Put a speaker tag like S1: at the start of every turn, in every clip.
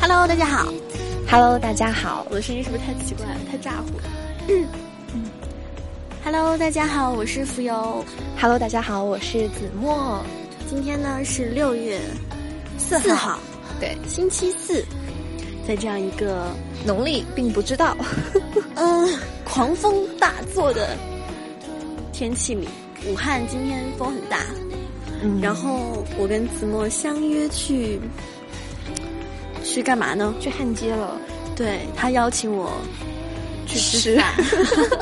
S1: Hello，大家好。
S2: Hello，大家好，
S3: 哎我的声音是不是太奇怪了，太咋呼了？
S1: 嗯 Hello，大家好，我是浮游。
S2: ，Hello，大家好，我是子墨。
S1: 今天呢是六月
S2: 四
S1: 四号，
S2: 对，
S1: 星期四。
S3: 在这样一个
S2: 农历并不知道，
S1: 嗯、狂风大作的
S3: 天气里，
S1: 武汉今天风很大，
S2: 嗯
S1: 然后我跟子墨相约去去干嘛呢？
S2: 去焊接了，
S1: 对他邀请我去吃
S2: 吃
S1: 饭，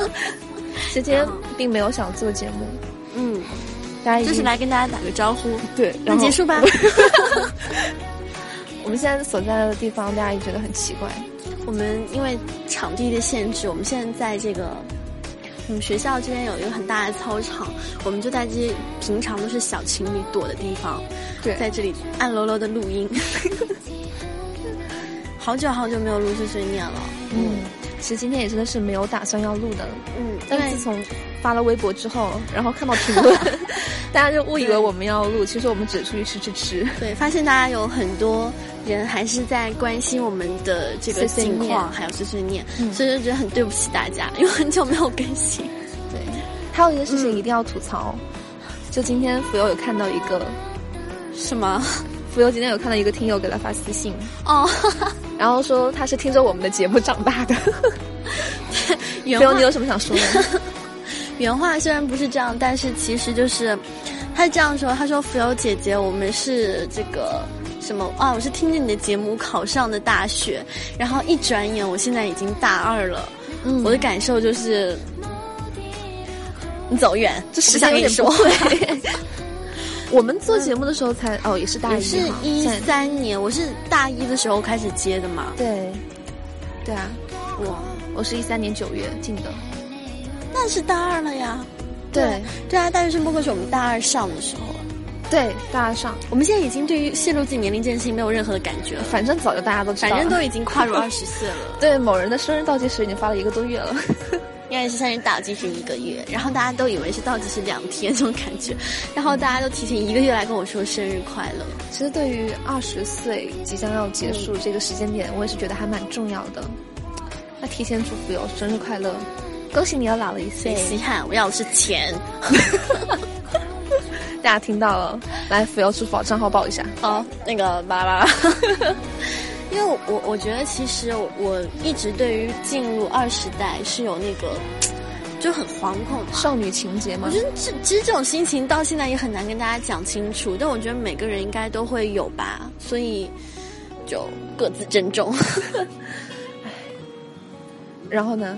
S2: 之前
S1: 然后
S2: 并没有想做节目，
S1: 嗯，
S2: 大家已
S1: 就是
S2: 经
S1: 来跟大家打个招呼。
S2: 对，
S1: 那
S2: 然后
S1: 结束吧。
S2: 我们现在所在的地方，大家也觉得很奇怪，
S1: 我们因为场地的限制，我们现在在这个我们学校这边有一个很大的操场，我们就在这些平常都是小情侣躲的地方，
S2: 对
S1: 在这里暗喽喽的录音。 好久好久没有录碎碎念了，
S2: 嗯，其实今天也真的是没有打算要录的，
S1: 嗯，
S2: 但
S1: 对
S2: 自从发了微博之后，然后看到评 论，大家就误以为我们要录，其实我们只是出去吃吃吃。
S1: 对，发现大家有很多人还是在关心我们的这个
S2: 碎碎
S1: 近
S2: 念
S1: 况，还有碎碎念，
S2: 嗯
S1: 所以就觉得很对不起大家，因为很久没有更新。
S2: 对，还有一个事情
S1: 嗯
S2: 一定要吐槽，就今天浮游有看到一个，
S1: 什么？
S2: 浮游今天有看到一个听友给他发私信，
S1: 哦，
S2: 然后说他是听着我们的节目长大的。
S1: 原
S2: 浮
S1: 话
S2: 游，你有什么想 说的？
S1: 原话虽然不是这样，但是其实就是他这样说，他说浮游姐姐，我们是这个。什么啊！我是听着你的节目考上的大学，然后一转眼我现在已经大二了。
S2: 嗯
S1: 我的感受就是，你走远，
S2: 这时
S1: 不想
S2: 间有
S1: 跟你
S2: 点
S1: 说
S2: 不。 对。我们做节目的时候才哦，也是大
S1: 我
S2: 一
S1: 是
S2: 哈
S1: 一
S2: 现在
S1: 三年，我是大一的时候开始接的嘛。
S2: 对，对啊，
S1: 我
S2: 我是一三年九月进的，
S1: 那是大二了呀。
S2: 对
S1: 对啊，大学生播客是我们大二上的时候了。
S2: 对，大二上，
S1: 我们现在已经对于泄露自己年龄这件事情没有任何的感觉了，
S2: 反正早就大家都知道
S1: 反
S2: 了，
S1: 正都已经跨入二十岁了，
S2: 对某人的生日倒计时已经发了一个多月了。
S1: 应该是生日倒计时一个月，然后大家都以为是倒计时两天这种感觉，然后大家都提前一个月来跟我说生日快乐。
S2: 其实对于二十岁即将要结
S1: 嗯
S2: 束这个时间点，我也是觉得还蛮重要的。那提前祝福哟，生日快乐！恭喜你又老了一岁
S1: 最，稀罕，我要的是钱。
S2: 大家听到了，来扶摇支付宝账号报一下。
S1: 好，哦那个巴拉巴拉， 因为我我我觉得其实我我一直对于进入二十代是有那个就很惶恐的。
S2: 少女情节
S1: 我
S2: 嘛
S1: 觉，得这其实这种心情到现在也很难跟大家讲清楚，但我觉得每个人应该都会有吧，所以就各自珍重。
S2: 然后呢？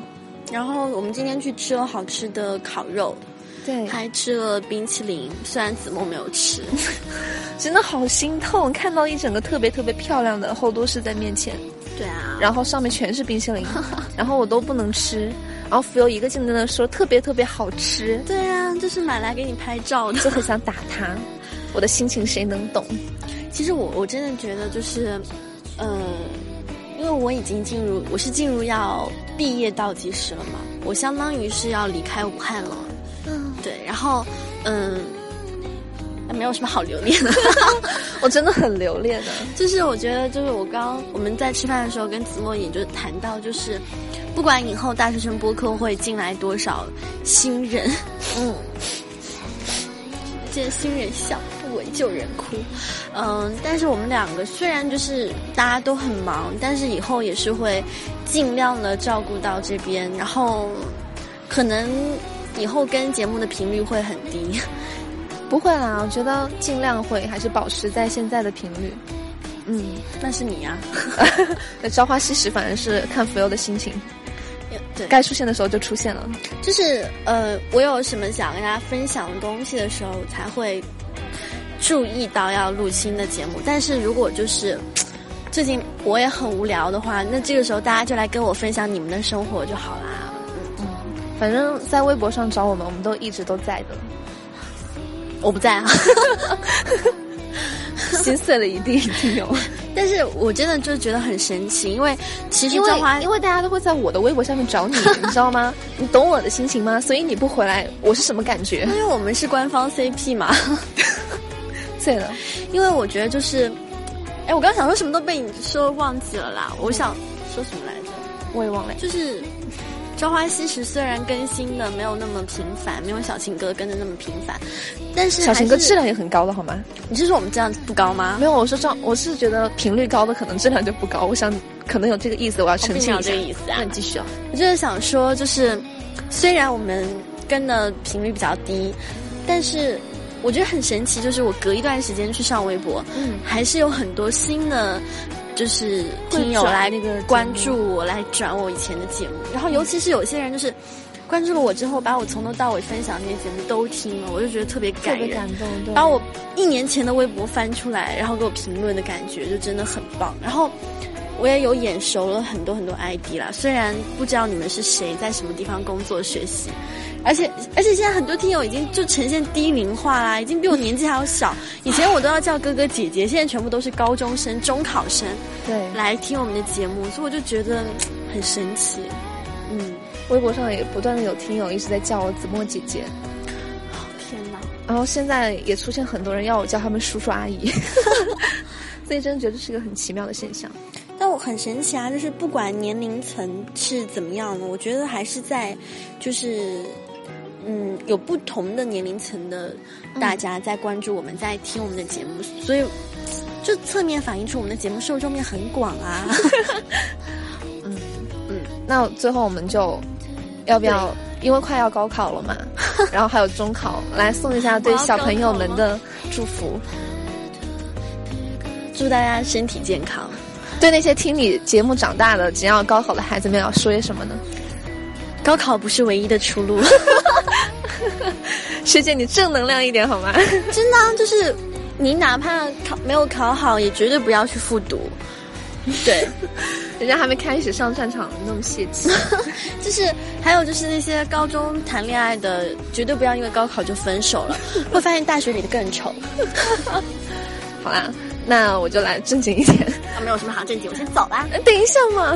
S1: 然后我们今天去吃了好吃的烤肉，
S2: 对
S1: 还吃了冰淇淋，虽然子墨没有吃。
S2: 真的好心痛，看到一整个特别特别漂亮的厚多士在 面前，
S1: 对啊，
S2: 然后上面全是冰淇 淋，然后我都不能吃，然后浮游一个劲的地说特别特别好吃，
S1: 对啊，就是买来给你拍照的。
S2: 就很想打他。我的心情谁能懂？
S1: 其实我我真的觉得就是，呃，因为我已经进入，我是进入要毕业倒计时了嘛，我相当于是要离开武汉了。
S2: 嗯，
S1: 对，然后嗯，那没有什么好留恋的，
S2: 我真的很留恋啊的。
S1: 就是我觉得就是我刚我们在吃饭的时候跟子墨也就谈到，就是不管以后大学生播客会进来多少新人，
S2: 嗯，
S1: 见新人笑，不闻旧人哭。嗯，但是我们两个虽然就是大家都很忙，但是以后也是会尽量的照顾到这边，然后可能以后跟节目的频率会很低。
S2: 不会啦，我觉得尽量会还是保持在现在的频率。嗯，
S1: 那是你啊呀、
S2: 那朝花夕拾反正是看浮游的心情，
S1: 对，
S2: 该出现的时候就出现了。
S1: 就是呃，我有什么想跟大家分享的东西的时候，才会注意到要录新的节目。但是如果就是最近我也很无聊的话，那这个时候大家就来跟我分享你们的生活就好啦。
S2: 嗯，反正在微博上找我们，我们都一直都在 的，
S1: 我不在啊，
S2: 心碎了一地已经有。
S1: 但是我真的就觉得很神奇，因为其实
S2: 因为
S1: 朝花
S2: 因为大家都会在我的微博下面找你，你知道吗？ 你懂我的心情吗？所以你不回来，我是什么感觉
S1: 因？为我们是官方 CP 嘛，
S2: 醉了。
S1: 因为我觉得就是哎，我刚想说什么都被你说忘记了啦，我想说什么来着？
S2: 我也忘了。
S1: 就是《朝花夕拾》虽然更新的没有那么频繁，没有小情歌跟的那么频繁，但是
S2: 小情歌
S1: 还是
S2: 质，量也很高的好吗？
S1: 你是说我们这样不高吗？
S2: 没有，我说这样，我是觉得频率高的可能质量就不高。我想可能有这个意思，我要
S1: 我
S2: 澄
S1: 并没
S2: 清
S1: 有
S2: 一下
S1: 这个。意思啊
S2: 那你，继续啊。
S1: 我就是想说，就是虽然我们跟的频率比较低，但是我觉得很神奇，就是我隔一段时间去上微博，
S2: 嗯，
S1: 还是有很多新的就是
S2: 会
S1: 听友
S2: 转
S1: 来
S2: 那个节目
S1: 关注我，来转我以前的节目。
S2: 嗯
S1: 然后尤其是有些人就是关注了我之后，把我从头到尾分享那些节目都听了，我就觉得特别
S2: 特
S1: 感
S2: 别
S1: 人。
S2: 感动，对。
S1: 把我一年前的微博翻出来，然后给我评论的感觉就真的很棒。然后我也有眼熟了很多很多 ID 啦，虽然不知道你们是谁，在什么地方工作学习，而且而且现在很多听友已经就呈现低龄化啦，已经比我年纪还要小。以前我都要叫哥哥姐姐，现在全部都是高中生、中考生
S2: 对，
S1: 来听我们的节目，所以我就觉得嗯很神奇。嗯，
S2: 微博上也不断的有听友一直在叫我子墨姐姐，
S1: 天哪！
S2: 然后现在也出现很多人要我叫他们叔叔阿姨， 所以真的觉得是个很奇妙的现象。
S1: 但我很神奇啊，就是不管年龄层是怎么样的，我觉得还是在，就是，嗯，有不同的年龄层的大家在关注我们，在听我们的节目，所以就侧面反映出我们的节目受众面很广啊。
S2: 那最后我们就要不要？因为快要高考了嘛，然后还有中考，来送一下对小朋友们的祝福。
S1: 祝大家身体健康，
S2: 对那些听你节目长大的，只要高考的孩子们，要说些什么呢？
S1: 高考不是唯一的出路。
S2: 学姐，你正能量一点好吗？
S1: 真的、啊，就是你哪怕考没有考好，也绝对不要去复读。对。
S2: 人家还没开始上战场，那么泄气。
S1: 就是还有就是那些高中谈恋爱的，绝对不要因为高考就分手 了，会发现大学里的更丑。
S2: 好啦，那我就来正经一点。
S1: 啊，没有什么好正经，我先走啦。
S2: 等一下嘛。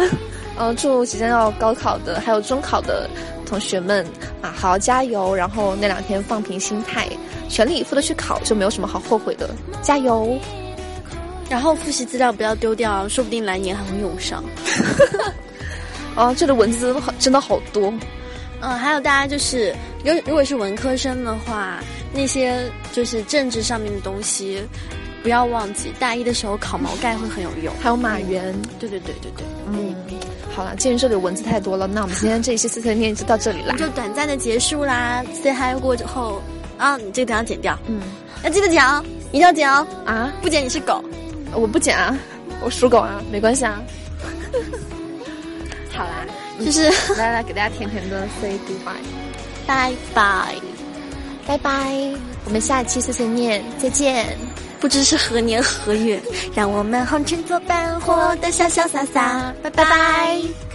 S2: 呃，祝即将要高考的还有中考的同学们啊，好好加油！然后那两天放平心态，全力以赴的去考，就没有什么好后悔的。加油！
S1: 然后复习资料不要丢掉，说不定来年还会用上。
S2: 哦，这里文字好真的好多，
S1: 嗯，还有大家就是，如如果是文科生的话，那些就是政治上面的东西，不要忘记，大一的时候考毛概会很有用。
S2: 还有马原。
S1: 对对对对对，
S2: 嗯，好了，鉴于这里文字太多了，那 我们今天这一期碎碎念就到这里啦
S1: 就。短暂的结束啦，say hi 过之后啊，你这个等下剪掉，
S2: 嗯
S1: 要记得剪哦，一定要剪哦，
S2: 啊，
S1: 不剪你是狗。
S2: 我不剪啊，我属狗啊，没关系啊。
S1: 好啦，就是
S2: 来来，给大家甜甜的 say goodbye。
S1: 拜拜。
S2: 拜拜，我们下一期碎碎念再见。
S1: 不知是何年何月，让我们红尘作伴，活得潇潇洒洒。拜拜。拜拜